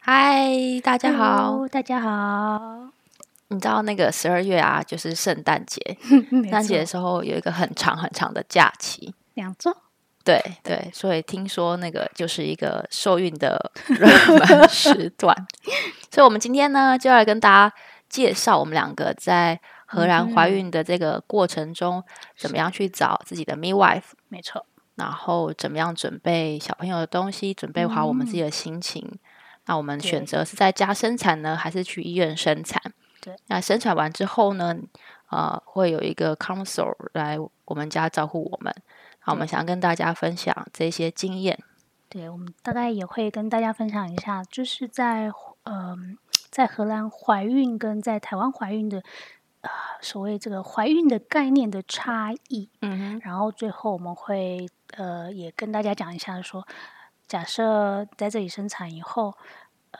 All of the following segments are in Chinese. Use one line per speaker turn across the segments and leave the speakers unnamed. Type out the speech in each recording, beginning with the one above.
嗨，大家好！
Hello，大家好。
你知道那个十二月啊，就是圣诞节，
没
圣诞节的
错
时候有一个很长很长的假期。
两周，
对对，所以听说那个就是一个受孕的热门时 段。所以我们今天呢，就要来跟大家介绍我们两个在荷兰怀
嗯哼
孕的这个过程中，怎么样去找自己的 midwife，
没错，
然后怎么样准备小朋友的东西，准备好我们自己的心情。那我们选
嗯对
择是在家生产呢，还是去医院生产？
对。
那生产完之后呢，呃，会有一个 counsel 来我们家照顾我们。那我们
对
想跟大家分享这些经验。
对我们大概也会跟大家分享一下，就是在呃，在荷兰怀孕跟在台湾怀孕的呃所谓这个怀孕的概念的差异，
嗯
然后最后我们会呃也跟大家讲一下说，假设在这里生产以后，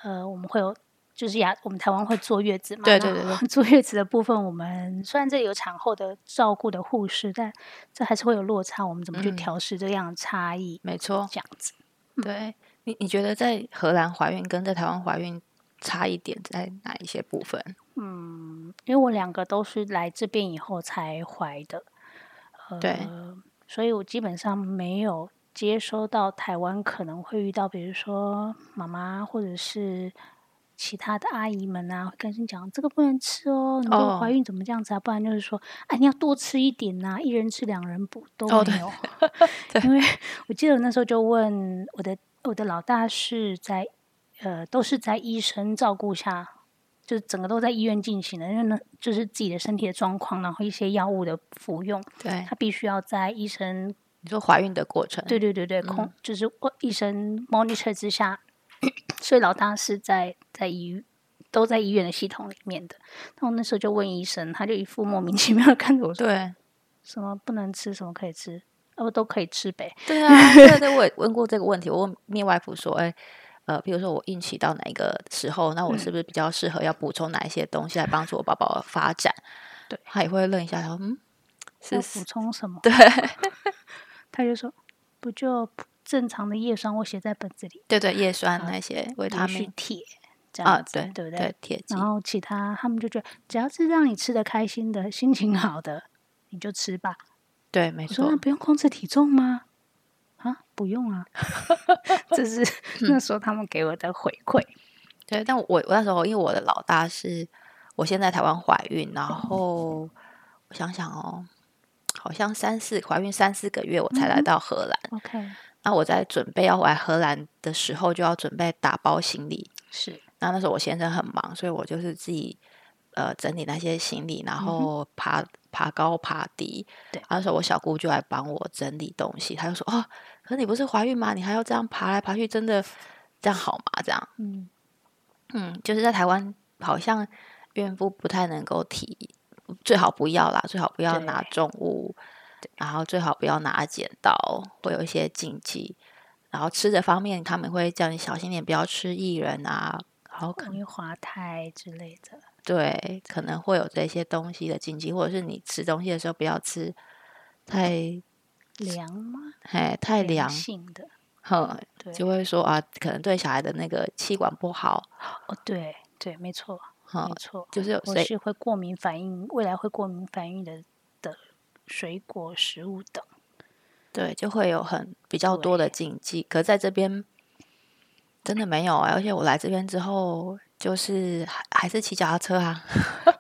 呃，我们会有。就是呀，我们台湾会坐月子嘛？
对
那
对对对
坐月子的部分，我们虽然这里有产后的照顾的护士，但这还是会有落差。我们怎么去
嗯
调试这样的差异？
没错。
这样子，
对你，你觉得在荷兰怀孕跟在台湾怀孕差异点在哪一些部分？
嗯，因为我两个都是来这边以后才怀的，呃，
对，
所以我基本上没有接收到台湾可能会遇到，比如说妈妈或者是其他的阿姨们啊，会跟你讲这个不能吃哦，你这个
哦
怀孕怎么这样子啊？不然就是说，哎，你要多吃一点呐、一人吃两人补都
哦对
没有。 因为我记得我那时候就问我的我的老大是在呃都是在医生照顾下。就是整个都在医院进行的，因为呢，就是自己的身体的状况，然后一些药物的服用，
对，
他必须要在医生
你说怀孕的过程，
对对对
嗯
对，控、就是我医生 monitor 之下， 所以老大是在在医都在医院的系统里面的。那我那时候就问医生，他就一副莫名其妙的看着我说
对，：“
什么不能吃，什么可以吃，哦、不都可以吃呗。
对啊，对 对，我也问过这个问题。我问面外婆说：“哎，呃，比如说我孕期到哪一个时候，那
嗯
我是不是比较适合要补充哪一些东西来帮助我宝宝的发展？”
对，
他也会愣一下，然后嗯，
要
是
补
是
充什么？”
对
他就说：“不就正常的叶酸，我写在本子里，
对对，叶酸
啊
那些维他
连续
命
铁这
啊
样，子，
对
对不
对，铁剂
然，后其他他们就觉得，只要是让你吃的开心的、心情好的，你就吃吧。
对，没
我说
错
那，不用控制体重吗？啊，不用啊，这是那时候他们给我的回馈。
对。但我我那时候因为我的老大是我先在台湾怀孕，然后我想想哦，好像三四怀孕三四个月我才来
嗯哼
到荷兰。
OK，
那我在准备要来荷兰的时候，就要准备打包行李。
是
那那时候我先生很忙，所以我就是自己呃整理那些行李，然
嗯哼
后爬、爬高爬低。
对
然后那时候我小姑就来帮我整理东西，她就说：“哦，可是你不是怀孕吗？你还要这样爬来爬去，真的这样好吗？”这样，
嗯，
嗯，就是在台湾好像孕妇不太能够提，最好不要啦，最好不要拿
对
重物，然后最好不要拿剪刀，会有一些禁忌。然后吃的方面，他们会叫你小心点，不要吃薏仁啊，然后可
容易滑胎之类的。
对，可能会有这些东西的禁忌，或者是你吃东西的时候不要吃太
凉吗？
哎太凉，
性的，
哼，
对，
就会说啊，可能对小孩的那个气管不好，
哦，对对，没错，
哼
没，错，
就是有
我
谁
是会过敏反应，未来会过敏反应的的水果、食物等。
对，就会有很比较多的禁忌。可在这边真的没有啊、而且我来这边之后，就是还还是骑脚踏车啊，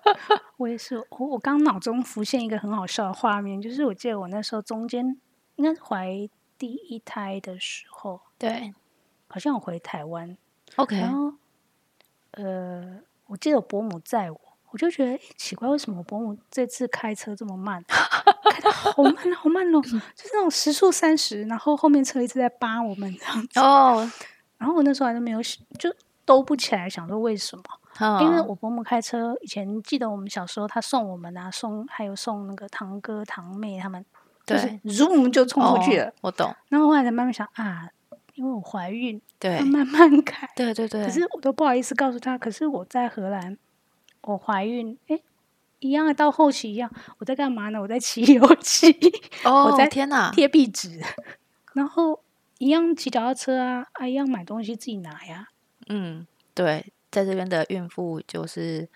我也是，我我刚脑中浮现一个很好笑的画面，就是我记得我那时候中间应该是怀第一胎的时候，
对
好像我回台湾，
，OK，
然后呃，我记得我伯母载我，我就觉得、诶奇怪，为什么我伯母这次开车这 么慢，开的好慢啊，好慢哦，就是那种时速三十，然后后面车一直在扒我们这样子，
哦，
然后我那时候还都没有想就兜不起来，想说为什么。因为
哼
我伯母开车，以前记得我们小时候，她送我们啊，送还有送那个堂哥堂妹他们，就是
对
zoom 就冲出去
哦
了。
我懂，
然后后来才慢慢想啊，因为我怀孕，
对
要，慢慢开。
对对对，
嗯可是我都不好意思告诉她，可是我在荷兰，我怀孕，诶，一样啊到后期一样，我在干嘛呢？我在骑 游戏，
哦，
在
天哪，
贴壁纸，然后一样骑脚踏车啊，啊，一样买东西自己拿呀。
嗯，对，在这边的孕妇就是，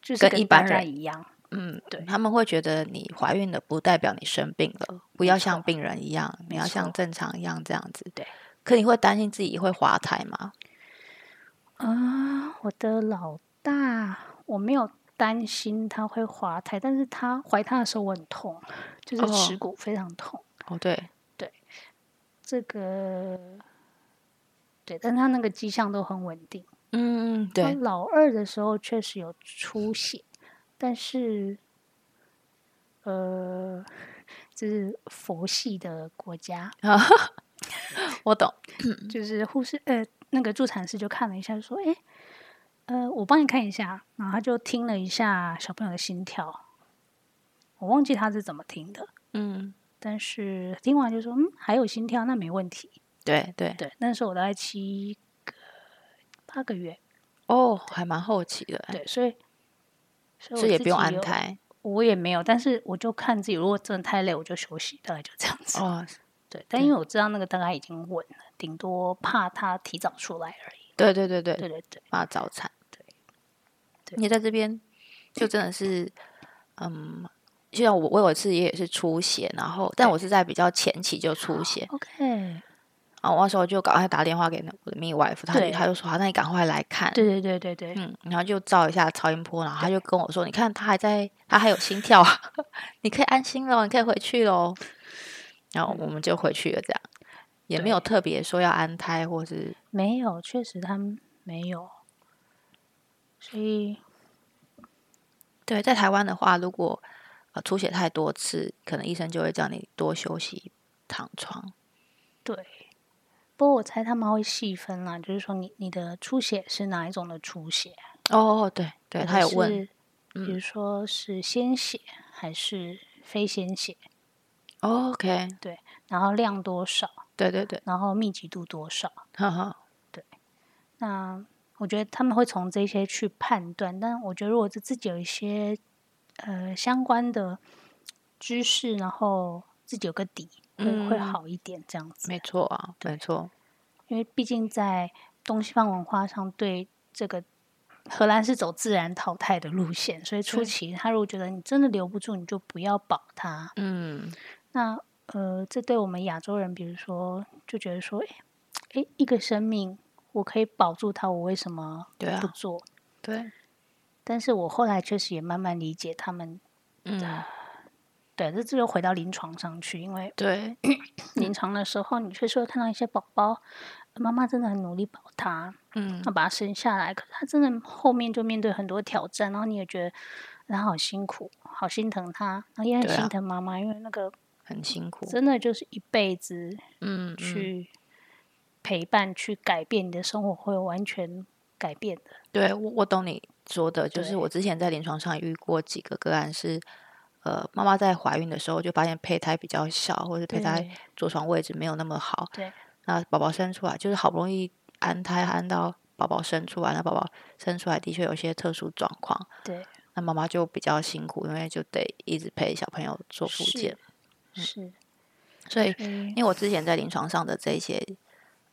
就是
跟
跟
一
大
般
家
人
一样，
嗯，
对
他们会觉得你怀孕了不代表你生病了，不
没
要
错
像病人一样，你
没
要像
错
正常一样这样子。
对，
可你会担心自己会滑胎吗？
啊，我的老大，我没有担心他会滑胎，但是他怀他的时候我很痛，就是
哦
耻骨非常痛。
哦，对，
这个对，但他那个迹象都很稳定。
嗯，
他
对，
老二的时候确实有出血，但是呃，这是佛系的国家，
嗯我懂。
就是护士呃那个助产士就看了一下，说：“哎，呃，我帮你看一下。”然后他就听了一下小朋友的心跳，我忘记他是怎么听的，
嗯，
但是听完就说：“嗯，还有心跳，那没问题。
对对”，
对，那时候我大概七个八个月，
哦，还蛮后期的欸，
对，所以所
所
以我
以也
自
不用
己
安
有，
胎
我也没有，但是我就看自己，如果真的太累，我就休息，大概就这样子。
哦。
对，但
对
因为我知道那个大概已经稳了，顶多怕他提早出来而已。
对对对对，
对对对。
发早产。
对对
你在这边就真的是，嗯，就像我我有一次也是出血，然后但
对
我是在比较前期就出血，
OK，
然后我那时候就赶快打电话给那我的 midwife，他就
对
他就说好，啊那你赶快来看。
对对对对对，
嗯，然后就照一下超音波，然后他就跟我说：“你看他还在，他还有心跳 啊，你可以安心了，你可以回去喽。”然后我们就回去了，这样也没有特别说要安胎或是
没有，确实他们没有，所以
对，在台湾的话，如果呃出血太多次，可能医生就会叫你多休息、躺床。
对。不过我猜他们会细分啦，就是说你你的出血是哪一种的出血？
哦，对对，
有
他
的
有问嗯
是，比如说是鲜血还是非鲜血，
哦，OK，
然后量多少，
对对对，
然后密集度多少。
哈哈，
那我觉得他们会从这些去判断，但我觉得如果是自己有一些呃相关的知识，然后自己有个底，会、会
嗯
好一点这样子。
没错啊，没错，
嗯因为毕竟在东西方文化上，对这个荷兰是走自然淘汰的路线，所以初
对
期他如果觉得你真的留不住，你就不要保他。
嗯，
那呃，这对我们亚洲人，比如说就觉得说，诶诶，一个生命我可以保住他，我为什么
对啊
不做？
对，
但是我后来确实也慢慢理解他们，
嗯，
对，这这就回到临床上去，因为
对，嗯
临床的时候，你确实会看到一些宝宝，妈妈真的很努力保他，
嗯
要，把他生下来，可是他真的后面就面对很多挑战，然后你也觉得他好辛苦，好心疼他，然后也很
对啊
心疼妈妈，因为那个
很辛苦，
真的就是一辈子
嗯，嗯
去陪伴、去改变你的生活，会完全改变的。
对，我我懂你说的，就是
对
我之前在临床上遇过几个个案是，呃，妈妈在怀孕的时候就发现胚胎比较小，或者胚胎
对
着床位置没有那么好，
对，
那宝宝生出来就是好不容易安胎安到宝宝生出来，那宝宝生出来的确有些特殊状况，
对，
那妈妈就比较辛苦，因为就得一直陪小朋友做复
是
健，
是，
所以
所以
嗯因为我之前在临床上的这些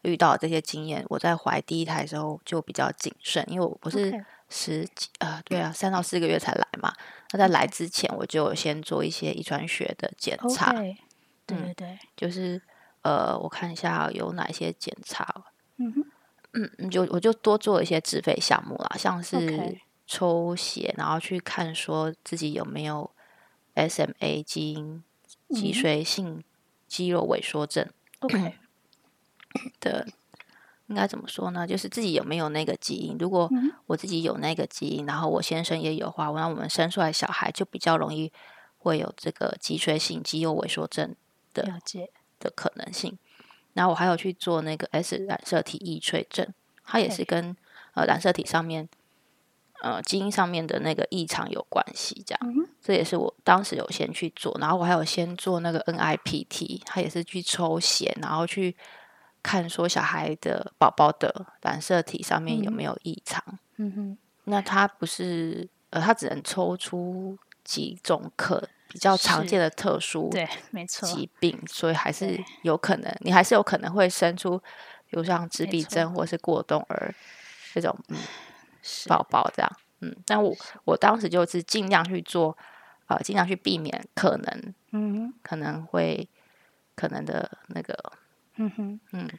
遇到的这些经验，我在怀第一胎的时候就比较谨慎，因为我不是
OK
十几呃，对啊，三到四个月才来嘛。那在来之前，我就有先做一些遗传学的检查
OK，对
嗯
对对，
就是呃，我看一下有哪些检查哦，
嗯哼，
嗯，嗯就我就多做一些自费项目啦，像是
OK
抽血，然后去看说自己有没有 SMA 基因脊
嗯
髓性肌肉萎缩症。
OK，
的，应该怎么说呢？就是自己有没有那个基因。如果
嗯哼
我自己有那个基因，然后我先生也有的话，那我们生出来小孩就比较容易会有这个脊髓性肌肉萎缩症的
了解。
的可能性。然后我还有去做那个 S 染色体易萃症，它也是
对
跟呃染色体上面呃基因上面的那个异常有关系，这样。
嗯哼，
这也是我当时有先去做，然后我还有先做那个 NIPT，他也是去抽血，然后去看说小孩的宝宝的染色体上面有没有异常。
嗯哼，
那他不是呃，他只能抽出几种可比较常
是
见的特殊
对，没错，
疾病，所以还是
对
有可能，你还是有可能会生出，比如像自
没
闭
错
症或是过动儿这种嗯
是
宝宝这样。嗯，但我我当时就是尽量去做，呃，尽量去避免可能
嗯
可能会可能的那个，
哼嗯哼
嗯，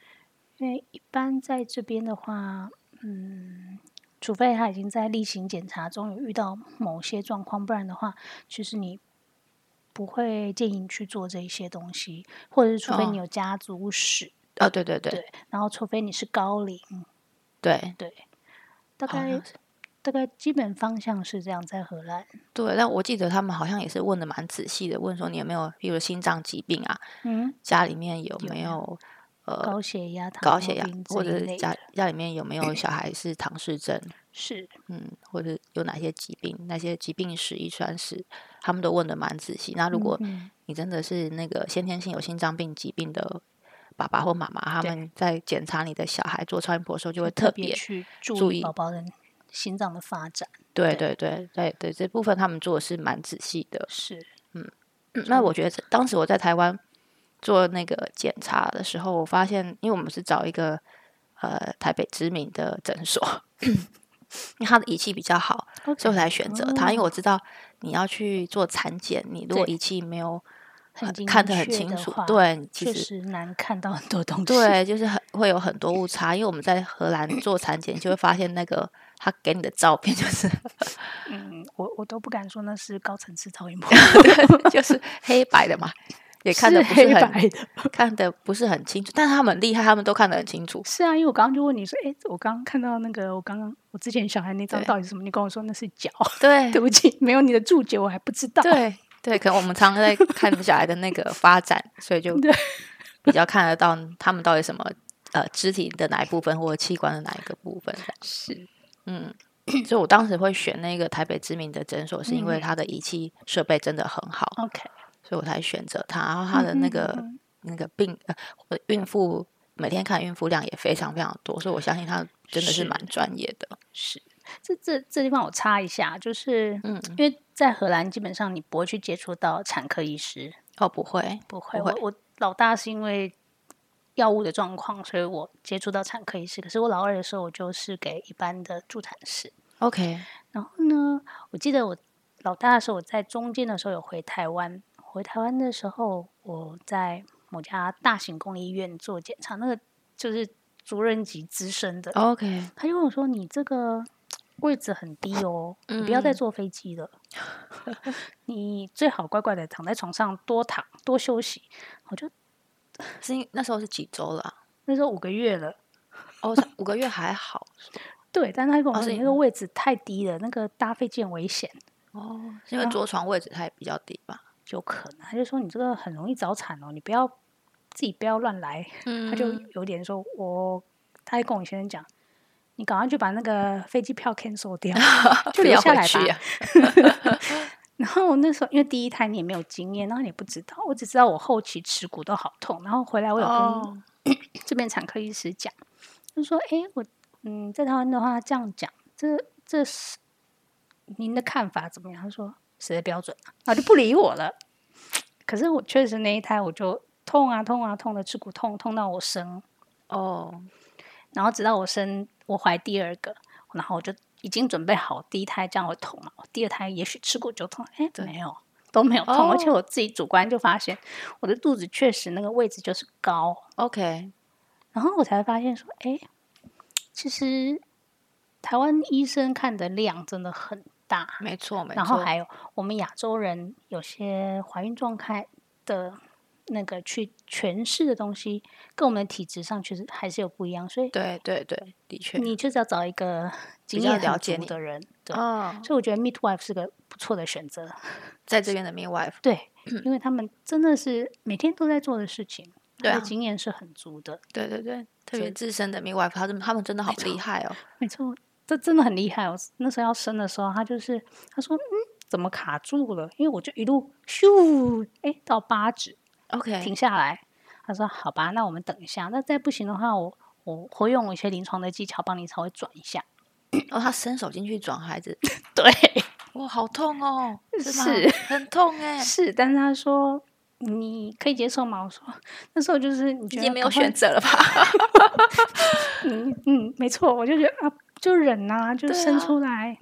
因为一般在这边的话，嗯，除非他已经在例行检查中有遇到某些状况，不然的话，其实你不会建议你去做这一些东西，或者是除非你
哦
有家族史，
哦，对对对
对然后除非你是高龄，
对，
大
好
概
像是
大概基本方向是这样，在荷兰，
对。但我记得他们好像也是问的蛮仔细的，问说你有没有，比如心脏疾病啊，
嗯，
家里面有
有
没
没有
有呃
高血压、糖
高
尿
血压
病，这
或
一
者是
类
家
的
家里面有没有小孩是唐氏症，
是
嗯，或者有哪些疾病，那些疾病史、遗传史，他们都问的蛮仔细。那如果
嗯
你真的是那个先天性有心脏病疾病的爸爸或妈妈，他
对
们在检查你的小孩做超音波的时候，就会
会
特
特
别
别去
注
注
意
意宝宝的心脏的发展，
对对对对对这部分他们做的是蛮仔细的。
是
嗯那我觉得这当时我在台湾做那个检查的时候，我发现，因为我们是找一个呃台北知名的诊所，
嗯
因为它的仪器比较好，所以我
OK，
才选择它。因为
哦
我知道你要去做产检，你如果
对
仪器没有
很
呃
精
看得很
确
清
的
楚
话，
对，你其
确
实
实难看到很多东西。，
对，就是很会有很多误差。因为我们在荷兰做产检，就会发现那个他给你的照片就是
嗯，我我都不敢说那是高层次 超音 波，
就是黑白的嘛，也看得不是
黑
很
白的。
看得不是很清楚，但是他们很厉害，他们都看得很清楚。
是啊，因为我刚刚就问你说，哎，我刚刚看到那个，我刚刚我之前小孩那张
对
到底是什么？你跟我说那是 脚，
对
对不起，没有你的注解我还不知道。
对对，可能我们常常在看小孩的那个发展，所以就
对
比较看得到他们到底什么呃肢体的哪一部分或者器官的哪一个部分这样。
是，
嗯，所以我当时会选那个台北知名的诊所，是因为
嗯
它的仪器设备真的很好，
OK，
所以我才选择它。然后它的那个、
嗯
那个病呃我的孕妇每天看孕妇量也非常非常多，所以我相信它真的是
是
蛮专业的。
是。这这这地方我插一下，就是
嗯，
因为在荷兰基本上你不会去接触到产科医师，
哦，不会，
不会，
不会
我我老大是因为药物的状况，所以我接触到产科医师。可是我老二的时候，我就是给一般的助产士。
OK，
然后呢，我记得我老大的时候，我在中间的时候有回台湾。回台湾的时候，我在某家大型公立医院做检查，那个就是主任级资深的，
OK，
他就跟我说：“你这个位置很低哦，你不要
嗯
再坐飞机了， 你最好乖乖的躺在床上多躺多休息。”我就是
因那时候是几周了、啊？
那时候五个月了，
哦，才五个月还好
对，但是他跟
哦
我
是
说：“你
你
那个位置太低了，那个搭飞机很危险，
哦，是因为
啊
桌床位置它也比较低吧？
有可能。”他就说：“你这个很容易早产哦，你不要自己不要乱来。”
嗯
他就有点说：“我，他还跟我先生讲，你赶快去把那个飞机票 cancel 掉，
不
就留
要
下
回
来吧
去、。啊。
然后我那时候因为第一胎你也没有经验，然后你也不知道，我只知道我后期耻骨都好痛，然后回来我有跟
哦，
这边产科医师讲，就说：“哎，我嗯，在台湾的话这样讲，这这是您的看法怎么样？”他说：“谁的标准啊？”然后就不理我了。可是我确实那一胎我就痛啊痛啊痛的耻骨痛，痛到我生，
哦，
然后直到我生我怀第二个，然后我就已经准备好第一胎这样会痛嘛，我第二胎也许吃过就痛，哎，
对
没有都没有痛，而且
哦
我自己主观就发现我的肚子确实那个位置就是高，
OK，
然后我才发现说，哎，其实台湾医生看的量真的很大，
没错没错。
然后还有我们亚洲人有些怀孕状态的那个去诠释的东西，跟我们的体质上确实还是有不一样，所以
对对对，的确，
你就是要找一个经
较
验
了
很
解
足
你
的人，对。
哦，
所以我觉得 midwife 是个不错的选择，
在这边的 midwife，
对，因为他们真的是每天都在做的事情，
对
他
啊
的，经验是很足的，
对对对，特
所
别
以
自身的 midwife，他们他们真的好厉害哦。
没错，这真的很厉害。我哦那时候要生的时候，他就是他说嗯，怎么卡住了？因为我就一路咻，哎，到八指
OK，
停下来，他说好吧，那我们等一下，那再不行的话，我我会用我一些临床的技巧帮你稍微转一下，
哦，他伸手进去转孩 子，
对。
哇，好痛哦，是吗？
是
很痛哎，
是，但是他说你可以接受吗？我说那时候就是你
已
觉得
经没有
赶快
选，择了吧？
嗯嗯，没错，我就觉得啊，就忍呐、就
对
生
啊
出来。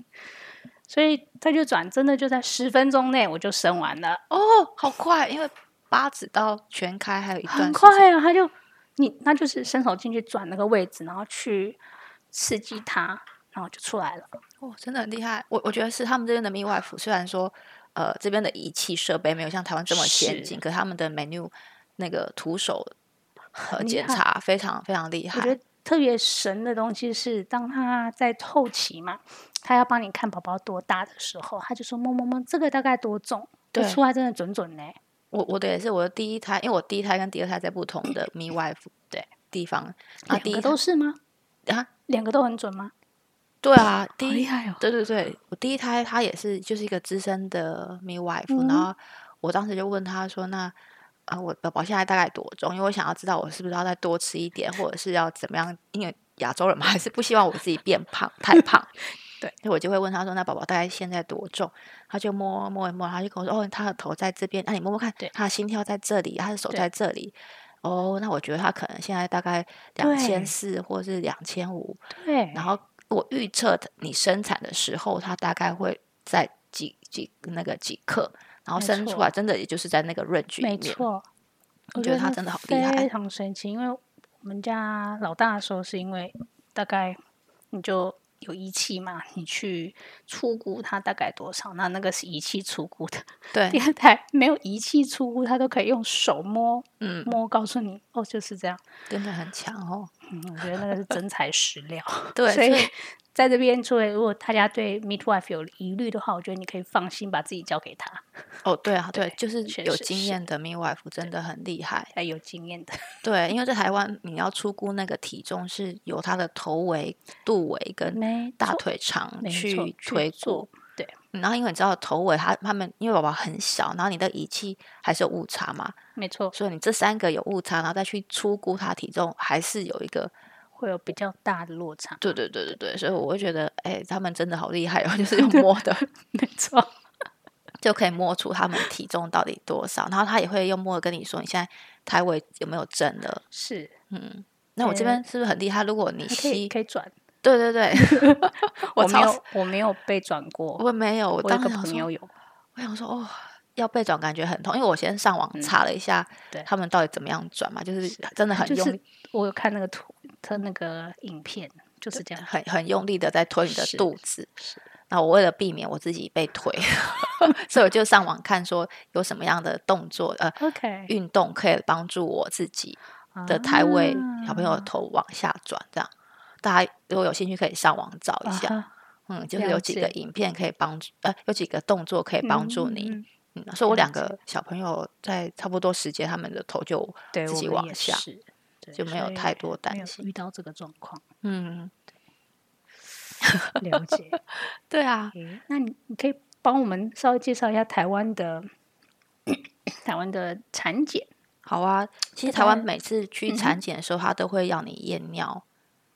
所以再去转，真的就在十分钟内我就生完了，
哦，好快，因为八指到全开还有一段
很
时间
快啊！他就你，他就是伸手进去转那个位置，然后去刺激它，然后就出来了。
哦，真的很厉害。我我觉得是他们这边的 midwife，虽然说呃这边的仪器设备没有像台湾这么先
是
进，可他们的 menu 那个徒手呃
很厉
检
害
查非常非常厉
我觉
害。
得特别神的东西是，当他在后期嘛，他要帮你看宝宝多大的时候，他就说摸摸摸，这个大概多重，就
对啊
出来真的准准呢、
我我的也是我的第一胎，因为我第一胎跟第二胎在不同的 midwife 对地方啊，
两
第一
个
胎
都是吗？
啊
两个都很准吗？
对啊，第
好
一
厉害哦！
对对对，我第一胎她也是就是一个资深的 midwife，、然
嗯
后我当时就问她说：“那啊、呃我宝宝现在大概多重？因为我想要知道我是不是要再多吃一点，或者是要怎么样？因为亚洲人嘛，还是不希望我自己变胖， 太胖。
对，
所以我就会问她说：“那宝宝大概现在多重？”她就摸摸一摸，她就跟我说：“哦，她的头在这边，那、你摸摸看
对，
她的心跳在这里，她的手
对
在这里。”哦，那我觉得她可能现在大概两千四或是两千五，
对，
然后我预测它你生产的时候，它大概会在几几那个几克，然后
没
生出
错
来真的也就是在那个 range 里
没
面。
错，
我
我
觉得他
是
真的好厉害
非常神奇。因为我们家老大的时候是因为大概你就有仪器嘛，你去出估它大概多少，那那个是仪器出估的。第
对，
二台没有仪器出估，他都可以用手摸
嗯，
摸，告诉你哦，就是这样。
真的很强哦。
嗯，我觉得那个是真材实料。
对，
所
所以
以 在这边，除了如果大家对 midwife 有疑虑的话，我觉得你可以放心把自己交给他，
哦，对啊，对，
对
就是
确
有
实
经
是
验的 midwife 真的很厉害。
他有经验的。
对，因为在台湾，你要出估那个体重是由他的头围、肚围跟
没
大
错
腿长
没错
去推估
做。，对，
嗯然后因为你知道头围，他他们因为宝宝很小，然后你的仪器还是有误差嘛，
没错，
所以你这三个有误差，然后再去出估他体重，还是有一个
会有比较大的落差。
对对对对对，所以我会觉得，哎、他们真的好厉害哦， 就是 用摸的
没错，
就可以摸出他们体重到底多少，然后他也会用摸的跟你说你现在胎位有没有正了，
是
嗯，那我这边是不是很厉害？如果你
还可以
吸，
可以转。
对对对，我
没
超
有我没有被转过，
我没有，我
我有
当
个
时想
朋
说
友有。
我想说，哦，要被转感觉很痛，因为我先上网
嗯
查了一下，
对
他们到底怎么样转嘛，就是真的很
就
用
是
力，
我有看那个图，他那个影片就是这样，
很很用力的在推你的
是
肚子。
是
那我为了避免我自己被推， 所以我就上网看说有什么样的动作呃
OK
运动可以帮助我自己
啊
的胎位、小朋友的头往下转这样。大家如果有兴趣，可以上网找一下，
下
嗯，就是
啊了
有几个
解
影片可以帮助，呃，有几个动作可以帮助你。嗯所以我
了
两个小朋友在差不多时间，他们的头就
对
自
我
己
们
往
也
下
是对
就没有
所以
太多担
没有
心
遇到这个状 况，
嗯，
了解。
对啊，
诶那你你可以帮我们稍微介绍一下台湾的台湾的产检
好啊。其实
在
台湾
台
每次去
嗯哼
产检的时候，他都会要你验尿。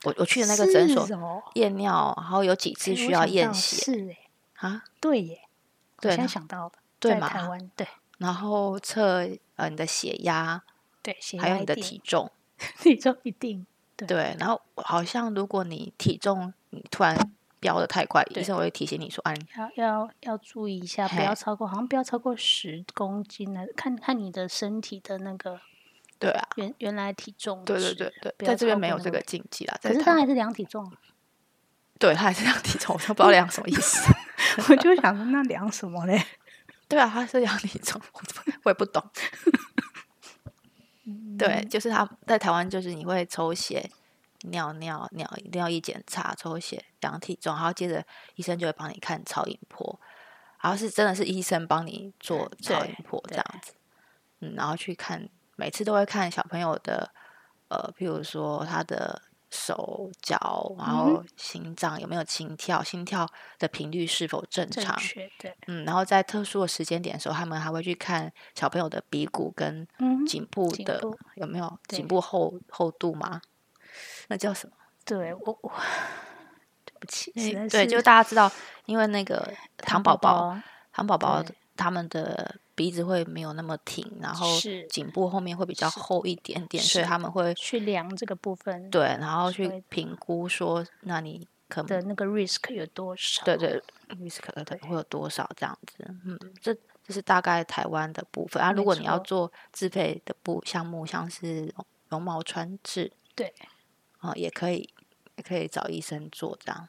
我我去的那个诊所
是哦，
验尿，然后有几次
诶
需
我
要
想
验
到
血
是诶，
啊，
对耶，我
对
现在
然
想到了，
对
在
嘛
台湾对
然后测呃你的血压，
对，血
还
压
有你
一
的
定
体重，
体重一定
对，然后好像如果你体重你突然飙的太快，医
对
生会提醒你说，啊，你
要要要注意一下，不
嘿
要超过，好像不要超过十公斤呢。看看你的身体的那个
对啊，
原原来体重
对对
值
对对，
不
在
要
这边
超
没
过
有
那
这
个
个禁忌啦，
可
在
是
台
他
湾
还是量体 重 啊，
对他还是量体重，我都不 知道量什么意思。
我就想说那量什么嘞？
对啊，他是量体重，我怎么我也不懂。
嗯
对，就是他在台湾，就是你会抽血、尿尿、尿尿液检查、抽血、量体重，然后接着医生就会帮你看超音波，然后是真的是医生帮你做超音
对
波这
对
样子，嗯，然后去看，每次都会看小朋友的，呃，譬如说他的手脚，然
嗯哼
后心脏有没有心跳，心跳的频率是否正
正
常，
确对，
嗯，然后在特殊的时间点的时候，他们还会去看小朋友的鼻骨跟
嗯，
颈部
颈
的、
部
有没有颈
对
部厚厚度吗？那叫什么？
对我我对不起，实
那对，
在是
就大家知道，因为那个糖宝宝、
宝
糖宝宝
对
他们的鼻子会没有那么挺，然后
是
颈部后面会比较
是
厚一点点，所以
是
他们会
去量这个部分，
对，然后
所
去
以
评估说，那你可能
的那个 risk 有多少？
对对，risk 可能会有多少这样子？嗯，这这是大概台湾的部分啊。如
没
果你要
错
做自费的部项目，像是绒绒毛穿刺
对
啊、也可以，也可以找医生做这样。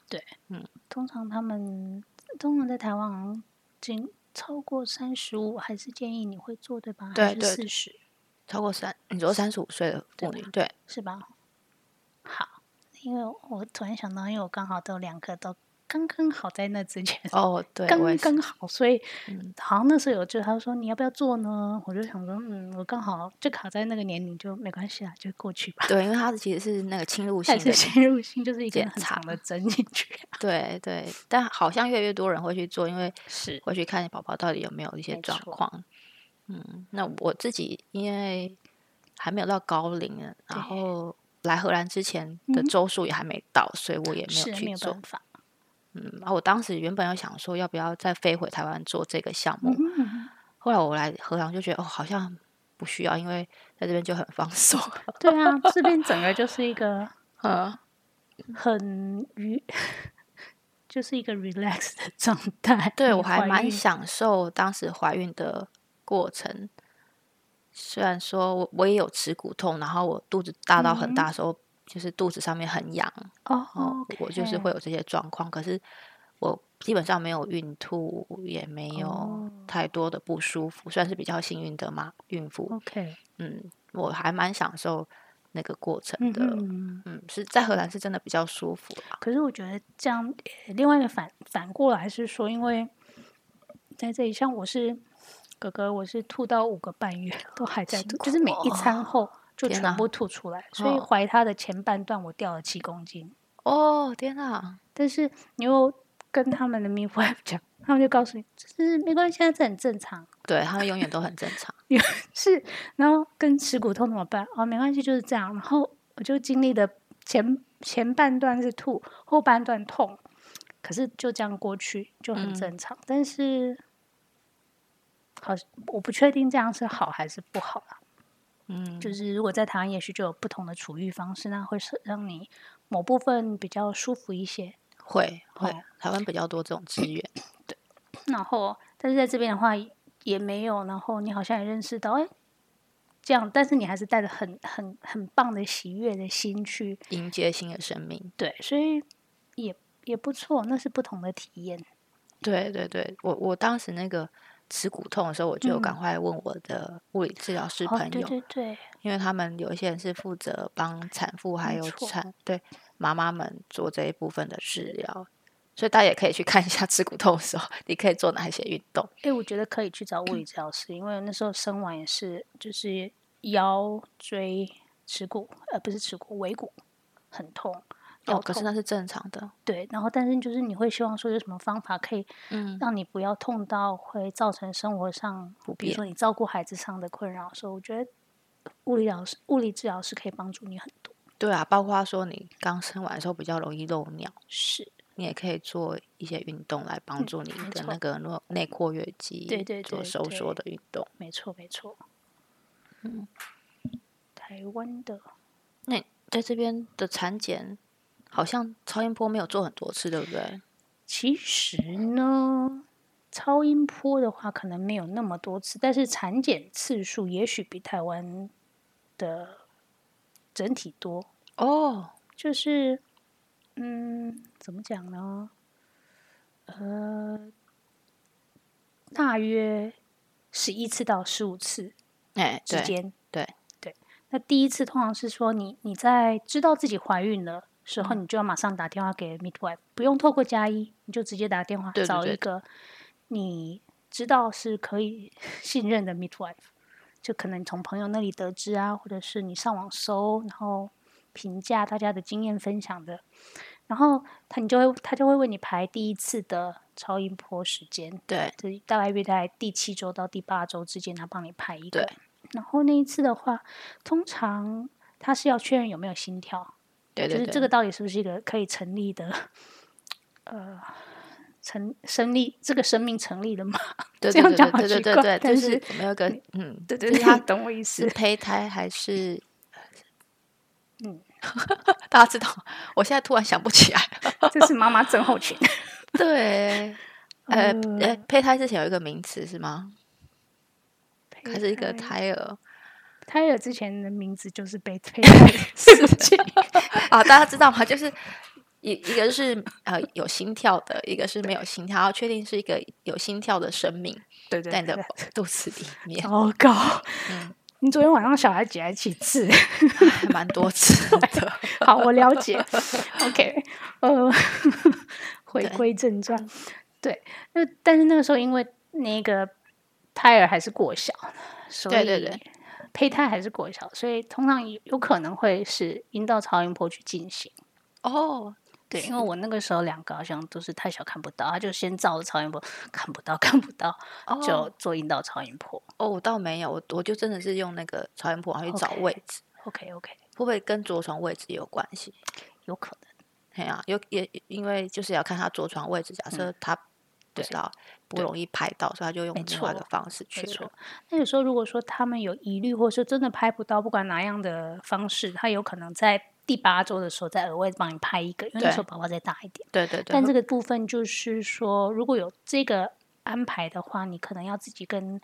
通常他们通常在台湾好像经超过三十五，还是建议你会做对吧？
对
还是
对
四十
超过三，你说三十五岁的
对
妇女，
吧
对，
是吧？好，因为我突然想到，因为我刚好都两个都刚刚好在那之前，
哦，对，我也
刚
是
刚好，所以
嗯
好像那时候有就他说你要不要做呢？我就想说，嗯，我刚好就卡在那个年龄，就没关系啦，就过去吧。
对，因为它其实是那个侵入性
但
的
是，侵入性就是一个
检
很
查
长的 针进去，
对对，但好像越来越多人会去做，因为
是
会去看宝宝到底有没有一些
没
状
错
况。嗯，那我自己因为还没有到高龄呢，然
对
后来荷兰之前的
嗯
周数也还没到，所以我也没
是
有
没
去
有
做
办。法。
嗯，啊，我当时原本有想说要不要再飞回台湾做这个项目，
嗯，
后来我来荷兰就觉得哦，好像不需要，因为在这边就很放松。
对啊，这边整个就是一个
嗯，
很愉， 就是一个 relax 的状态。
对
你
我还
怀
蛮
孕
享受当时怀孕的过程。虽然说我我也有耻骨痛，然后我肚子大到很
嗯
大的时候，就是肚子上面很痒，
哦
哦，我就是会有这些状况。可是我基本上没有孕吐，也没有
哦
太多的不舒服，算是比较幸运的嘛，孕妇。
OK，
嗯，我还蛮享受那个过程
嗯
的。嗯
哼。
是在荷兰是真的比较舒服啦。
可是我觉得这样，呃另外一个反反过来是说，因为在这里，像我是哥哥，我是吐到五个半月都还在
辛
吐，就是每
苦
一
哦
餐后就
天
全
哪
部吐出来，所以
哦
怀他的前半段我掉了七公斤。
哦，天哪！
但是你又跟他们的 midwife 讲，他们就告诉你，这是没关系，这很正常。
对他们永远都很正常。
是，然后跟耻骨痛怎么办？哦，没关系，就是这样。然后我就经历的前前半段是吐，后半段痛，可是就这样过去就很
嗯
正常。但是，好，我不确定这样是好还是不好啦。
嗯，
就是如果在台湾，也许就有不同的处遇方式，那会是让你某部分比较舒服一些。
会会
哦，
台湾比较多这种资源。
然后，哦但是在这边的话也也没有，然后你好像也认识到，哎，这样，但是你还是带着很很很棒的喜悦的心去，
迎接新的生命。
对，所以也也不错，那是不同的体验。
对对对，我我当时那个耻骨痛的时候，我就有赶
嗯
快问我的物理治疗师
哦
朋，
对
友，
对对，
因为他们有一些人是负责帮产妇还
没
有
错
产对妈妈们做这一部分的治疗，所以大家也可以去看一下耻骨痛的时候，你可以做哪一些运动。
哎，我觉得可以去找
嗯
物理治疗师，因为那时候生完也是就是腰椎耻骨，呃，不是耻骨，尾骨很痛，腰
哦，可是
痛
那是正常的。
对，然后但是就是你会希望说有什么方法可以
嗯，
让你不要痛到会造成生活上
不，
比如
便
说你照顾孩子上的困扰，所以我觉得物理疗师、物理治疗师可以帮助你很多。
对啊，包括说你刚生完的时候比较容易漏尿，
是，
你也可以做一些运动来帮助你
没
的
错
那个内内括约肌
对对
做
对
收
对
缩的运动。
没错，没错。嗯，
嗯
台湾的
在这边的产检好像超音波没有做很多次，对不对？
其实呢，超音波的话可能没有那么多次，但是产检次数也许比台湾的整体多。
哦，
就是，嗯，怎么讲呢？呃，大约十一次到十五次
哎，
之
对，
间。
对
对，那第一次通常是说你你在知道自己怀孕了时候，
嗯
你就要马上打电话给 midwife，不用透过加一，你就直接打电话
对对
找
对
一个你知道是可以 信任的 midwife，就可能从朋友那里得知啊，或者是你上网搜，然后评价大家的经验分享的，然后他你就会他就会为你排第一次的超音波时间。
对，
就是大概约在第七周到第八周之间，他帮你排一个
对。
然后那一次的话，通常他是要确认有没有心跳，
对，对，
就是这
对
个到底是不是一个可以成立的，呃，成成立这个生命成立的吗？
对
这
对
样
对
讲好
对对
奇
对
怪
对，就
但
是
是
我们有一个嗯，
对
就是它
懂我意
是
思。
胚胎还是
嗯，
大家知道，我现在突然想不起来。
这是妈妈症候群。
对，呃，
嗯
哎，胚胎之前有一个名词是吗？还是一个胎
胎
儿
胎儿之前的名字就是被 胚胎的事情。
啊？大家知道吗？就是一一个是呃有心跳的，一个是没有心跳，要确定是一个有心跳的生命
对对
在
对
你的
对，
肚子里面，
糟糕！
嗯，
你昨天晚上小孩几来几次？
还蛮多次的。
好，我了解。OK，呃， 回
对
归正传。对，那但是那个时候因为那个胎儿还是过小，所以
对对对
胚胎还是过小，所以通常有有可能会是阴道超音波去进行。
哦，
对，因为我那个时候两个好像都是太小看不到，他就先照着超音波看不到， 看不到
哦
就做阴道超音波。
哦，我倒没有，我我就真的是用那个超音波然后去找
OK
位置
OK OK，
会不会跟着床位置有关系？
有可能。
哎呀、有也因为就是要看他着床位置，假设他不
嗯对
知道不
对
容易拍到，所以他就用
没
另外一个
错
方式去
没错
了。
那有时候如果说他们有疑虑，或是真的拍不到，不管哪样的方式，他有可能在第八周的时候再额外帮你拍一个，因为那
对
时候宝宝再大一点。
对对对，
但这个部分就是说，如果有这个安排的话，你可能要自己跟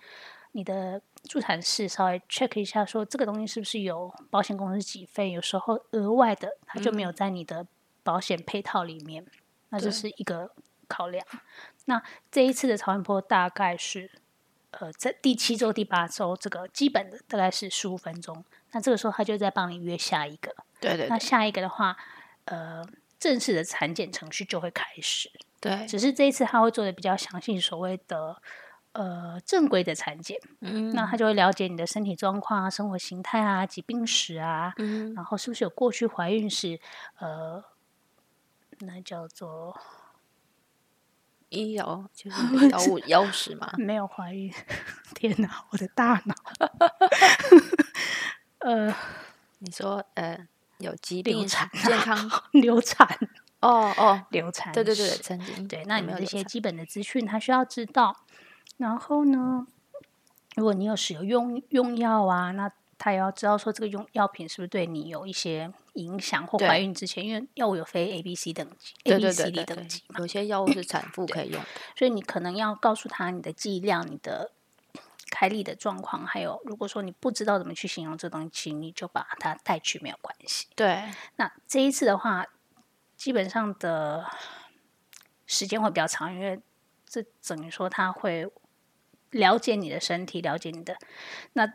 你的助产士稍微 check 一下，说这个东西是不是有保险公司给费，有时候额外的它就没有在你的保险配套里面，那就
嗯对
是一个考量。那这一次的超音波大概是。呃，在第七周、第八周，这个基本的大概是十五分钟。那这个时候，他就在帮你约下一个。
对对
那下一个的话，呃，正式的产检程序就会开始。
对，
只是这一次他会做的比较详细，所谓的呃正规的产检，
嗯
那他就会了解你的身体状况啊、生活形态啊、疾病史啊，
嗯
然后是不是有过去怀孕史，呃，那叫做
医疗就是药物药史嘛，
没有怀孕。 天哪，我的大脑， 呃，
你说呃有疾
流
病
产啊
健康
流产，
哦 哦，
流产，
对对对，曾经
对，那
有
你
没
们
有流
这些
产
基本的资讯他需要知道。然后呢，如果你有使用用用药啊，那他也要知道说这个用药品是不是对你有一些影响，或
对
怀孕之前，因为药物有非 A、B、C 等级
对
，A、B、
对
C、
对
D
对
等
对
级，，
有些药物是产妇可以用的，
所以你可能要告诉他你的剂量、你的开立的状况，还有如果说你不知道怎么去形容这东西，请你就把它带去没有关系。
对
那这一次的话，基本上的时间会比较长，因为这等于说他会了解你的身体，了解你的那，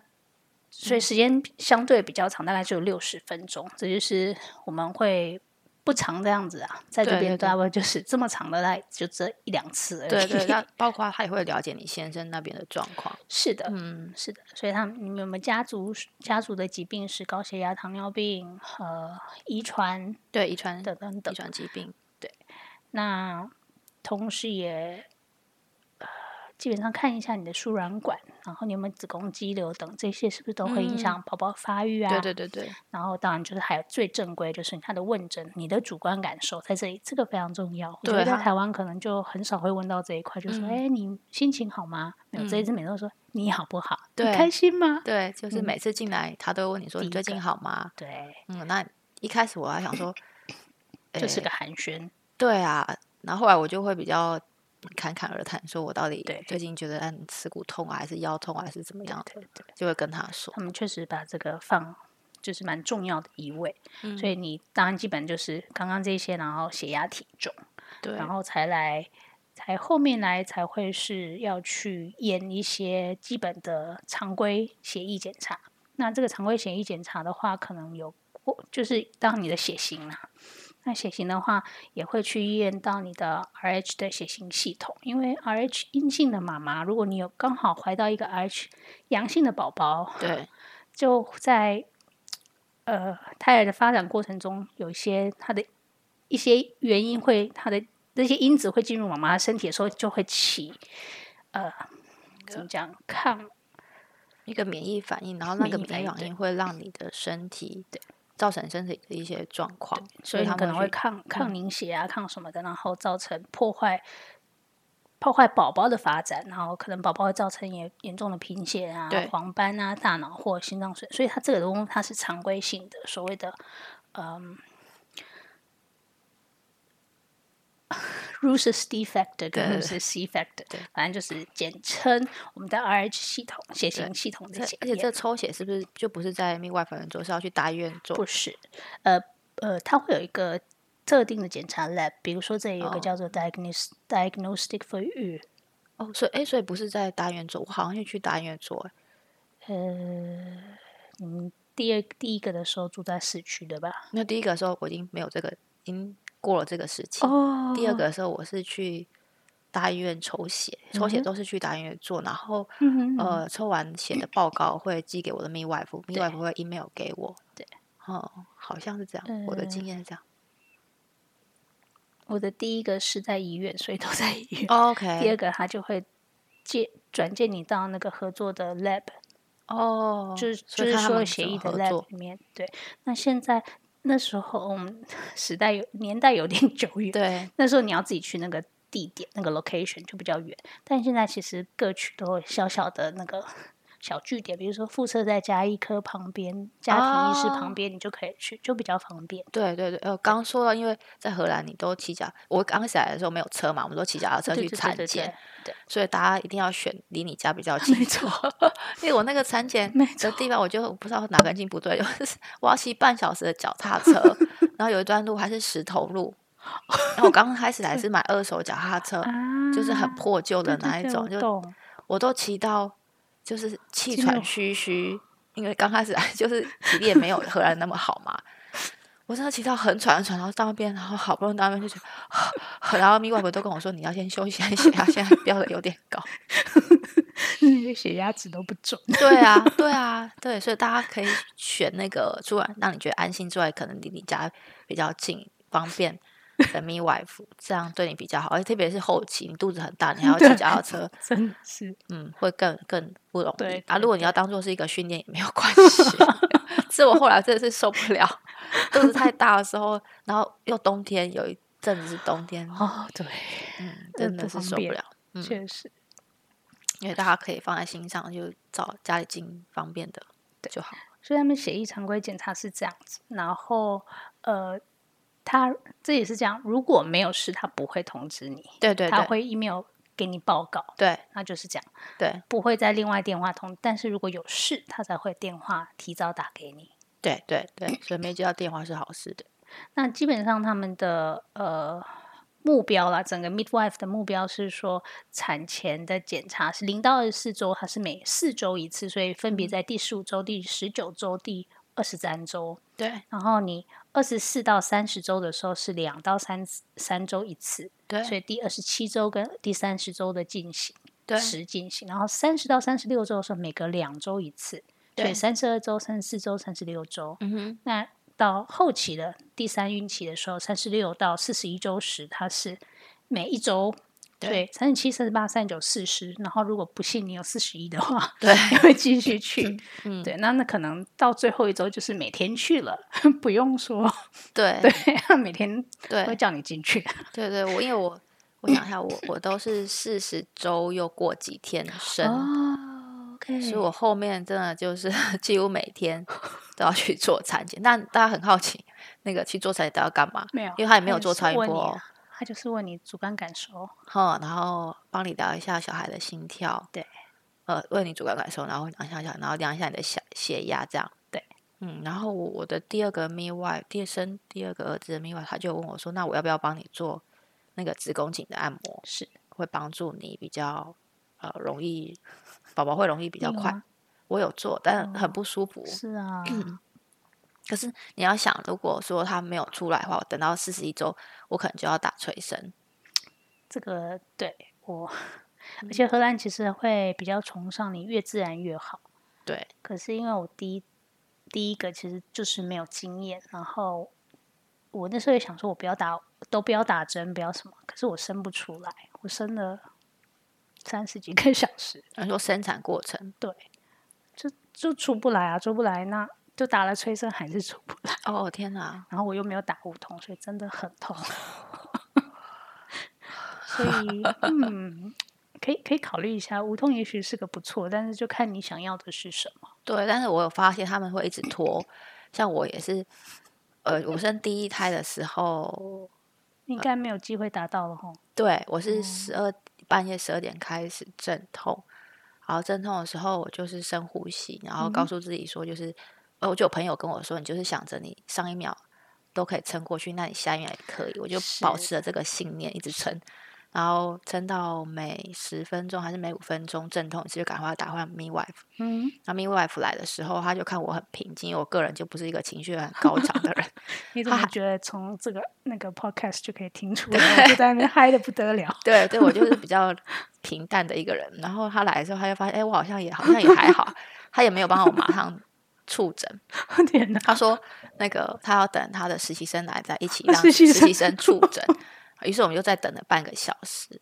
所以时间相对比较长，大概只有六十分钟。这就是我们会不长这样子啊，在这
对
边
对对
大概就是这么长的，大概就这一两次而已。
对对，那包括他也会了解你先生那边的状况，
是的，
嗯，
是的，所以他们你们有没有家族家族的疾病是高血压、糖尿病、呃遗传
对遗传
等等等
遗。传疾病，
那同时也、呃、基本上看一下你的输卵管，然后你有没有子宫肌瘤等这些，是不是都会影响宝宝发育
嗯
啊？
对对对对，
然后当然就是还有最正规，就是他的问诊，你的主观感受在这里，这个非常重要。我觉
对
得在
啊
台湾可能就很少会问到这一块，就说：“
嗯
哎、你心情好吗？”没有，这一次每次都说：“你好不好？你
对
开心吗
对，就是
嗯
每次进来，他都会问你说
第
你
一
最近
个
好吗？？”
对，，
嗯，那一开始我还想说呃
就是
诶
个寒暄。
对啊，然后后来我就会比较侃侃而谈，说我到底
对
最近觉得按耻骨痛啊，还是腰痛啊，还是怎么样
对
的，
对，
就会跟他说
他。们确实把这个放。就是蛮重要的一位，所以你当然基本就是刚刚这些，然后血压、体重，
对
然后才来，才后面来才会是要去验一些基本的常规血液检查。那这个常规血液检查的话，可能有过就是当你的血型啦、那血型的话，也会去验到你的 Rh 的血型系统，因为 Rh 阴性的妈妈，如果你有刚好怀到一个 Rh 阳性的宝宝，
对
就在呃胎儿的发展过程中，有一些它的一些原因会，它的这些因子会进入妈妈的身体的时候，就会起呃怎么讲抗
一个免疫反应，然后那
免
个
疫反
免疫
应
反
对
应会让你的身体造成身体的一些状况，
所以
他
它可
们
能会
去嗯
抗抗凝血啊，抗什么的，然后造成破坏破坏宝宝的发展，然后可能宝宝会造成严严重的贫血啊
对、
黄斑啊、大脑或心脏损，所以它这个东西它是常规性的，所谓的嗯 Rhesus defect
对
跟 Rhesus C factor，
对
反正就是简称我们的 RH 系统、血
对
型系统
这
的检
而且
验。
这抽血是不是就不是在 midwife 人做，是要去大医院做？
不是，呃呃，它会有一个特定的检查 lab，比如说这里有一
哦
个叫做 diagnos diagnostic for you，
哦，所以哎，所以不是在大医院做，我好像是去大医院做，
呃，你们第二第一个的时候住在市区的吧？
那第一个的时候我已经没有这个，已经过了这个时期。
哦
第二，个的时候我是去大医院抽血，抽血
嗯哼
都是去大医院做，然后
嗯哼哼
呃，抽完血的报告会寄给我的 midwife，midwife 会 email 给我。
对，嗯
哦、好像是这样，我的经验是这样。
我的第一个是在医院，所以都在医院。第二
OK，
个他就会介转介你到那个合作的 lab，、
哦，
就是
所
就
以
是
看他
说
们
协
怎么
议的
合
lab
作
里面。对，那现在那时候我们 时代有年代有点久远，
对，
那时候你要自己去那个地点那个 location 就比较远，但现在其实各区都有小小的那个小据点，比如说附设在家医科旁边、家庭医师
哦
旁边，你就可以去，就比较方便。
对对对，呃，刚刚说到，因为在荷兰你都骑脚，我刚起来的时候没有车嘛，我们都骑脚踏车
对
去
对对
产
对
检，
对
所以大家一定要选离你家比较近。没错， 因为我那个产检
没
的地方，我就不知道哪根筋不对， 就是我要骑半小时的脚踏车，然后有一段路还是石头路， 然后我刚开始来是买二手脚踏车，
啊，
就是很破旧的
对
那
对
一
对
种，
我
就
懂
我都骑到就是气
肌
喘
肉
吁吁，因为刚开始 来就是体力也没有荷兰那么好嘛。我真的骑到很喘很喘，然后到那边，然后好不容易到那边就觉得， 然后米外婆都跟我说你要先休息，血压 现在飙的有点高。
那个血压值都不准。
对啊，对 啊，对，所以大家可以选那个，除了让你觉得安心之外，可能离你家比较近、方便的 midwife，这样对你比较好。而且特别是后期，你肚子很大，你还要骑
对
脚踏车，
真的是，
嗯，会更更不容易
对
啊。
对
如果你要当做是一个训练也没有关系， 是我后来真的是受不了， 肚子太大的时候，然后又冬天，有一阵子是冬天，
哦，对，
嗯，
呃
真
不
的是
方
受不
便
了。嗯
确实，
因为大家可以放在心上，就找家里近方便的就好。
所以他们血液常规检查是这样子，然后呃，他这也是这样，如果没有事，他不会通知你，
对对
他
对，
会 email 给你报告，
对
那就是这样，
对
不会再另外电话通，但是如果有事，他才会电话提早打给你。
对对对，所以没接到电话是好事的。
那基本上他们的呃目标啦，整个 midwife 的目标是说，产前的检查是零到二十四周，它是每四周一次，所以分
嗯
别在第十五周、第十九周、第二十三周。
对
然后你二十四到三十周的时候是两到三三周一次，所
对
以第二十七周跟第三十周的进行
对
时进行，然后三十到三十六周的时候每隔两周一次，所以
对，
三十二周、三十四周、三十六周，
嗯哼，
那到后期的第三孕期的时候，三十六到四十一周时，它是每一周
对
对三十七、三十八、三十九、四十，然后如果不幸你有四十一的话，
对
也会继续去。
嗯
对，那那可能到最后一周就是每天去了， 不用说，
对
对， 每天
对
会叫你进去。
对对，我因为我我想一下，我我都是四十周又过几天生。
哦，OK，
所以我后面真的就是 几乎每天都要去做产检。那大家很好奇，那个去做产检都要干嘛？
没有，
因为他也没有做
就是
超音
问
波
你
哦
啊，他就是问你主观感受，
哼，然后帮你量一下小孩的心跳，
对，
呃，问你主观感受，然后量一下小，然后量一下你的血血压，这样，
对，
嗯，然后我我的第二个 midwife，第生第二个儿子的 midwife，他就问我说，那我要不要帮你做那个子宫颈的按摩？
是
会帮助你比较呃容易，宝宝会容易比较
你有
快
吗。
我有做，但
哦
很不舒服。
是啊，
可是你要想，如果说他没有出来的话，我等到四十一周，我可能就要打催生。
这个对我，而且荷兰其实会比较崇尚你越自然越好。
对
可是因为我第一第一个其实就是没有经验，然后我那时候也想说，我不要打，都不要打针，不要什么。可是我生不出来，我生了三十几个小时，
你呃说生产过程
就出不来啊，出不来，那就打了催生还是出不来。
哦，天哪！
然后我又没有打无痛，所以真的很 痛。所以，嗯，可以可以考虑一下，无痛也许是个不错，但是就看你想要的是什么。
对，但是我有发现他们会一直拖，像我也是，呃，我生第一胎的时候，
应该没有机会达到了吼。
对我是十二、半夜十二点开始阵痛，然后阵痛的时候我就是深呼吸，然后告诉自己说，就是、呃，我就有朋友跟我说，你就是想着你上一秒都可以撑过去，那你下一秒也可以，我就是保持了这个信念一直撑，然后撑到每十分钟还是每五分钟阵痛一次，就赶快打电话 midwife。
嗯，
那 midwife 来的时候，他就看我很平静，因为我个人就不是一个情绪很高涨的人，
你怎么觉得从这个那个 podcast 就可以听出来，我就在那边嗨的不得了？
对对，我就是比较平淡的一个人。然后他来的时候，他就发现，哎、我好像也好像也还好，他也没有帮我马上触诊。
天哪！
他说，那个他要等他的实习生来在一起让
啊实
实
习
习
生
生触诊。于是我们就再等了半个小时，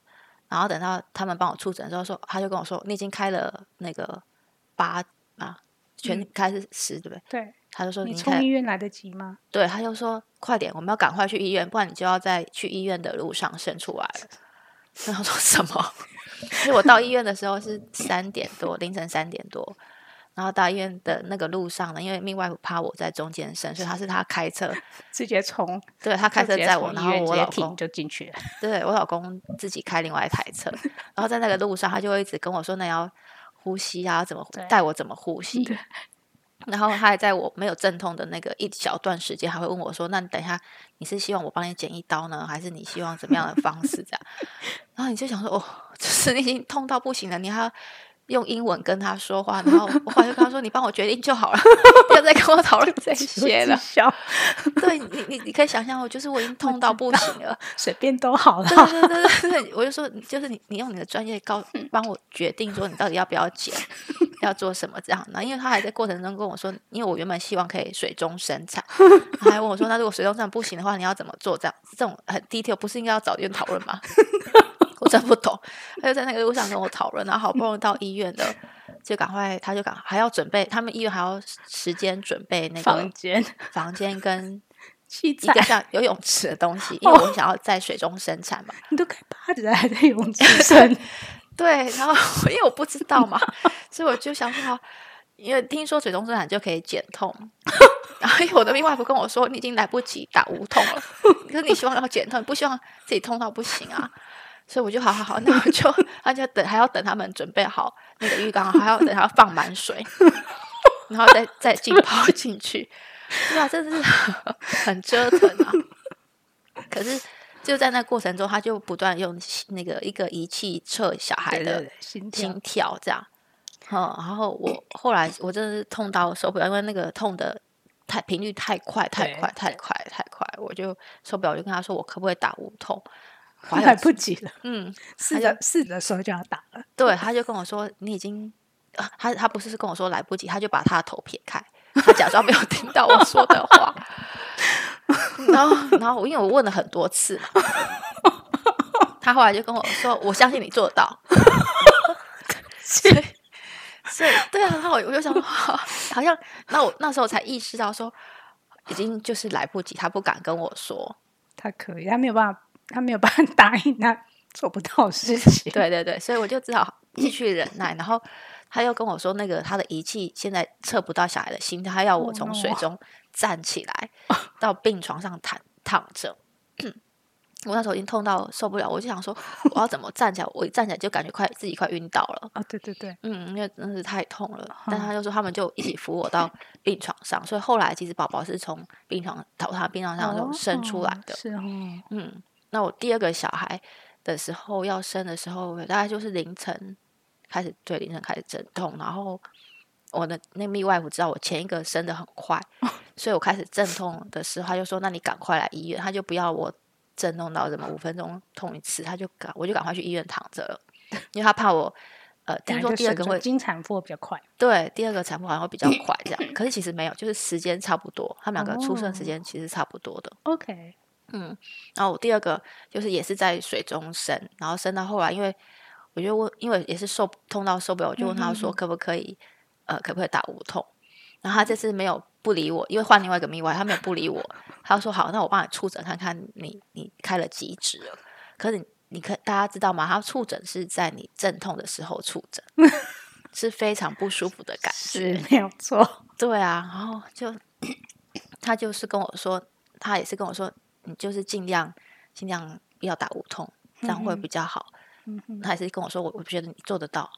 然后等到他们帮我触诊之后说，他就跟我说，你已经开了那个八啊，全开是十对不对？
对
他就说
嗯你
已经开
冲
了
医院来得及吗？
对，他就说：“快点，我们要赶快去医院，不然你就要在去医院的路上生出来了。” 然后说什么？ 其实我到医院的时候是三点多，凌晨三点多。然后到医院的那个路上呢，因为命外怕我在中间生，所以他是他开车，
直接冲，
对他开
就
车
直接
载我，然
从医
后我
院直接
老公
停就进去了。
对我老公自己开另外一台 车，然后在那个路上，他就会一直跟我说：“那要呼吸啊，怎么呼
对
带我怎么呼吸。”然后他还在我没有阵痛的那个一小段时间，还会问我说：“那你等一下，你是希望我帮你剪一刀呢，还是你希望怎么样的方式？”这样，然后你就想说：“哦， 就是你已经痛到不行了，你还要用英文跟他说话。”然后我后来就跟他说：“你帮我决定就好了，不要再跟我讨论 这些了。
笑，”
对你，你你可以想象，我哦就是我已经痛到不行了，
随便都好了。
对对对对对对，我就说，就是你，你用你的专业告帮我决定说你到底要不要剪，要做什么这样。那因为他还在过程中跟我说，因为我原本希望可以水中生产，他还问我说，那如果水中生产不行的话，你要怎么做？这样这种很 detail，不是应该要早点讨论吗？ 我真不懂，他就在那个路上跟我讨论，然后好不容易到医院了，就赶快，他就赶还要准备，他们医院还要时间准备那
房
个
间
房间跟
器
一
材
个，像游泳池的东西，因为我想要在水中生产嘛。
你都开趴着啊 还在泳 池生，
对，然后 因为我不知道嘛，所以我就想说好，因为听说水中生产就可以减 痛，然后因为我的另外一跟我说，你已经来不及打无痛 了，可是你希望要减痛，你不希望自己痛到不行啊。 所以我就好好好，那我就而且等还要等他们准备好那个浴缸，还要等他放满 水，然后再再浸泡进去。对啊，真的 是很折腾啊。可是就在那过程中，他就不断用那个一个仪器测小孩
对
的
对对，心跳
心跳这样。嗯，然后我后来我真的是痛到受不了，因为那个痛的太频率太快，太
对
快，太快，太快，我就受不了，我就跟他说我可不可以打无痛？ 我还
来
有
不及了，
嗯，
是的，是的时候就要打 了。
对，他就跟我说你已经，啊他他不是跟我说来不及，他就把他的头撇开，他假装没有听到我说的话。 然后然后因为我问了很多次嘛，他后来就跟我说我相信你做得到。所以 对啊，然后我我就想说，好像那我那时候才意识到说，已经就是来不及，他不敢跟我说。
他可以，他没有办法，他没有办法答应他做不到的事情。
对对对，所以我就只好继续忍耐。然后他又跟我说，那个他的仪器现在测不到小孩的心跳，他要我
Oh
从
no
水中站起 来到病床上躺躺着。 我那时候已经痛到受不了，我就想说，我要怎么站起来？我一站起来就感觉快自己快晕倒了。
哦，对对对，
嗯，因为真的是太痛了，但
嗯
他就说他们就一起扶我 到病床上，所以后来其实宝宝是从病床倒他病床上
哦
就生出来的。
是哦，
嗯，那我第二个小孩的时候要生的时候，大概就是凌晨开始，对，凌晨开始阵痛，然后我的那蜜外 i 知道我前一个生的很快，
哦
所以我开始阵痛的时候，他就说：“那你赶快来医院。”他就不要我阵痛到什么五分钟痛一次，他就赶我就赶快去医院躺着了，因为他怕我。呃，听
等
说
下就
第二
生
个
出
会
来经产妇比较快，
对，第二个产妇好像会比较快，这样。可是其实没有，就是时间差不多，他们两个出生时
哦
间其实差不多的。
OK，
嗯，然后我第二个就是也是在水中生，然后生到后来，因为我就问，因为也是受痛到受不了，我就问他说可不可以，呃，可不可以打无痛？然后他这次没有不理我，因为换另外一个密外，他没有不理我，他说好，那我帮你触诊看看你你开了几指了。可是你你可大家知道吗？他触诊是在你阵痛的时候触诊，是非常不舒服的感觉。
是没有错。
对啊，然后就他就是跟我说，他也是跟我说，你就是尽量尽量不要打无痛，这样会
嗯哼
比较好。
嗯哼，
他还是跟我说，我我觉得你做得到。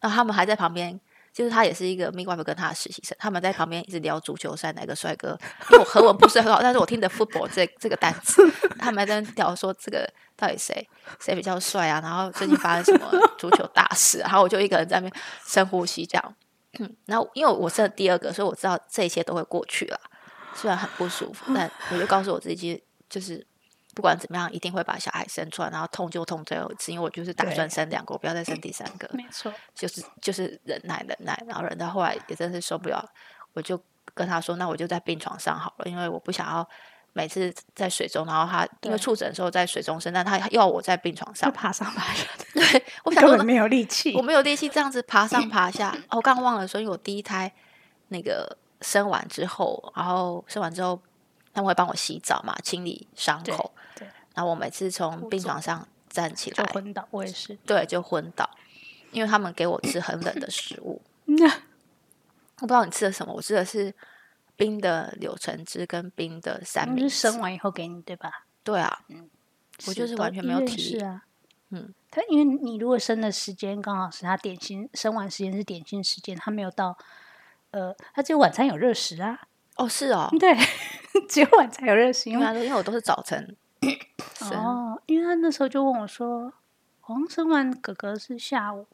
然后他们还在旁边，就是他也是一个 midwife 跟他的实习生，他们在旁边一直聊足球赛哪个帅哥，因为我 和文不是很好，但是我听的 football 这这个单词，他们还在那边聊说这个到底谁谁比较帅啊，然后最近发生什么足球大事啊、然后我就一个人在那边深呼吸这样。 嗯然后因为我是第二个，所以我知道这一切都会过去啦。虽然很不舒服，但我就告诉我自己，就是不管怎么样，一定会把小孩生出来，然后痛就痛最后一次，因为我就是打算
对
生两个，我不要再生第三个，
没 错，
就是就是忍耐忍耐，然后忍到后来也真是受不了，我就跟他说，那我就在病床上好了，因为我不想要。每次在水中，然后他因为
对
触诊的时候在水中生，但他要我在病床
就
上，
爬上爬下，
对我想
根
说
本没有力气
我。没有力气这样子爬 上爬下。哦我刚忘了说，因为我第一胎那个生完之后，然后生完之后，他们会帮我洗澡嘛，清理伤
对
口。
对
然后我每次从
辅
病
助
床上站起
就
来，
昏倒，我也是。
对，就昏倒，因为他们给我吃很冷的食物。
那
我不知道你吃的什么，我吃的是冰的柳橙汁跟冰的三
他们
明
哦是
治。
生完以后给你，对吧？
对啊，我就是是
都
完全
医
没有
院
体力
是啊，
嗯，
他因为你如果生的时间刚好是他点心生完时间是点心时间，他没有到，呃，他只有晚餐有热食啊，
哦是哦，
对， 只有晚餐有热食，因
因
为
为因为我都是早晨生，
哦，因为他那时候就问我说，好像生完哥哥是下午，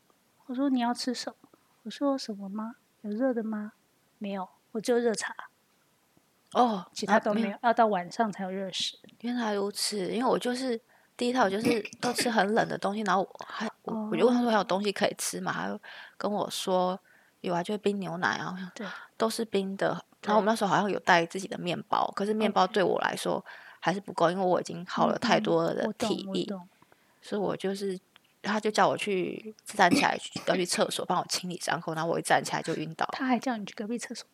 我说你要吃什么？我说有什么吗？有热的吗？没有，我只有热茶，
哦
其
啊
他都没有，要到晚上才有热食。
原来如此，因为我就是第一套，我就是都吃很冷的东西，然后我 还我
哦
我就问他说还有东西可以吃嘛，他就跟我说有啊，就是冰牛奶啊，我想
对
都是冰的。然后我们那时候好像有带自己的面包，可是面包对我来说还是不够，因为我已经耗了哦太
哦嗯
多的
我懂
体
我
力，
懂
所以我就是。他就叫我去站起来，去要去厕所帮我清理伤口，然后我一站起来就晕倒，
他还叫你去隔壁厕所。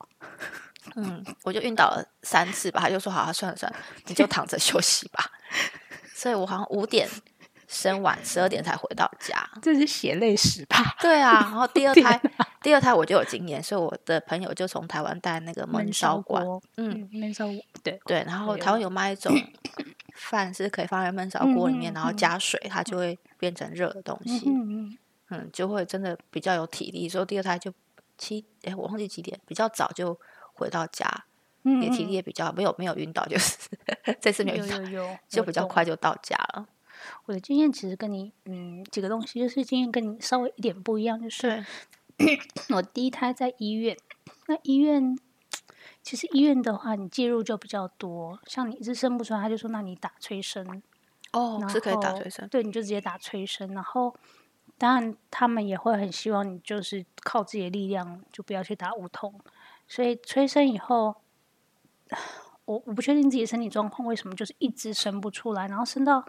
嗯，我就晕倒了三次吧，他就说好、啊，算了算了，你就躺着休息吧。 所以我好像五点生完，十二点才回到家。啊
这是血泪史吧？
对啊，然后第二
天
胎，第二胎我就有经验，所以我的朋友就从台湾带那个焖烧哎
锅
馆，，嗯，
嗯，焖烧锅，对，
对，然后
有
台湾有卖一 种饭是可以放在焖烧锅里面，
嗯
然后
嗯
加水，它就会变成热的东
嗯
西，
哼嗯，
嗯，就会真的比较有体力。所以第二胎就七，哎，我忘记几点，比较早就回到家，
嗯
也体力
嗯
也比较没有没有晕倒，就是 这次没有
有
晕倒
有，有，
就
我
比较
懂。
快就到家了。
我的经验其实跟你，嗯，几个东西就是经验跟你稍微一点不一样，就是
对，
我第一胎在医院，那医院其实医院的话，你介入就比较多，像你一直生不出来，他就说那你打催生，
哦，
然
是可以打
后
催生，
对，你就直接打催生，然后。当然，他们也会很希望你就是靠自己的力量，就不要去打无痛。所以催生以后， 我我不确定自己的身体状况为什么就是一直生不出来，然后生到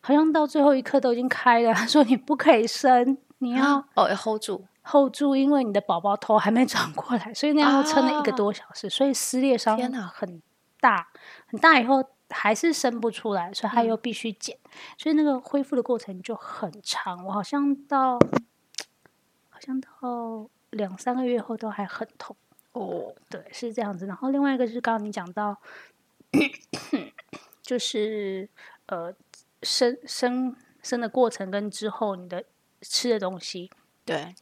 好像到最后一刻都已经开了，他 说你不可以生，你要
哦要 hold 住，
hold 住，因为你的宝宝头还没长过来， 所以那样又撑了一个
啊
多小时，所以撕裂伤
天哪
很大很大，以后还是生不出来，所以他又必须剪，
嗯
所以那个恢复的过程就很长。我好像到好像到两三个月后都还很痛，
哦，
对，是这样子。然后另外一个就是刚刚你讲到， 就是呃生生生的过程跟之后你的吃的东西，
对，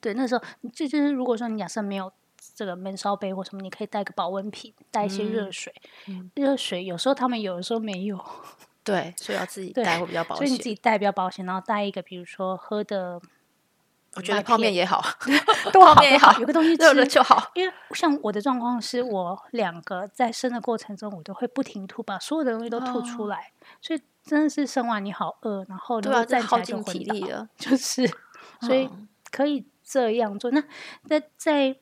对，那时候这就是如果说你假设没有这个闷烧杯或什么，你可以带个保温瓶，带一些热水。
嗯
热水有时候他们有的时候没有，
对，所以要自己
对
带会比较保
所以你自
险。
己带比较保险，然后带一个比如说喝 的
我觉得
麦
泡面
片
也好，
多
泡面也好
有个东西吃
热了就好。
因为像我的状况是我两个在生的过程中，我都会不停吐，把所有的东西都吐出来，所以真的是生完你好饿，然后你
哦对
又
啊，
站
这
起
耗
来就
尽体
昏倒，
力哦了。
就是所以
嗯
可以这样做。那那在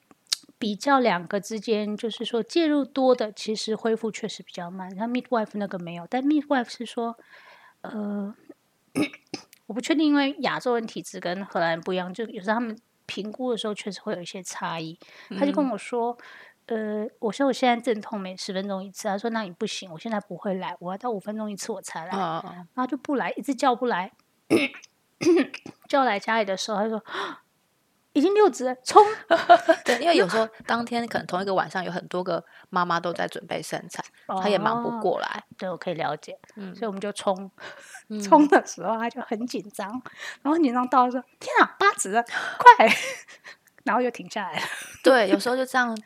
比较两个之间，就是说介入多的，其实恢复确实比较慢。像 midwife 那个没有，但 midwife 是说，呃， 我不确定，因为亚洲人体质跟荷兰人不一样，就有时候他们评估的时候确实会有一些差异。他就跟我说。呃，我说我现在阵痛每十分钟一次，他说那你不行，我现在不会来，我要到五分钟一次我才来。
嗯嗯嗯
然后就 不来，一直叫不来。叫来家里的时候，他就说已经六指了， 冲！
对，因为有时候当天可能同一个晚上有很多个妈妈都在准备生产，她也忙不
哦。
过来。
对，我可以了解，
嗯
所以我们就冲，
嗯
冲的时候他就很紧张，然后很紧张到说：“天啊，八指了，快！” 然后又停下来了。
对，有时候就这样，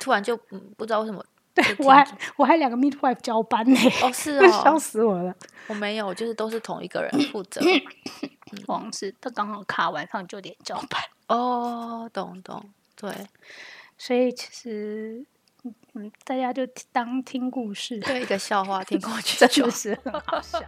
突然就、嗯、不知道为什么就停止。
我还我还两个 midwife 交班呢、
哦是
笑
哦，
死我了。
我没有，就是都是同一个人负 责。嗯
我好像是他刚好卡晚上九点交班，
哦，懂懂， 对
所以其实嗯嗯，大家就听当听故事，
对，一个笑话听过去
真
就
的是很好笑。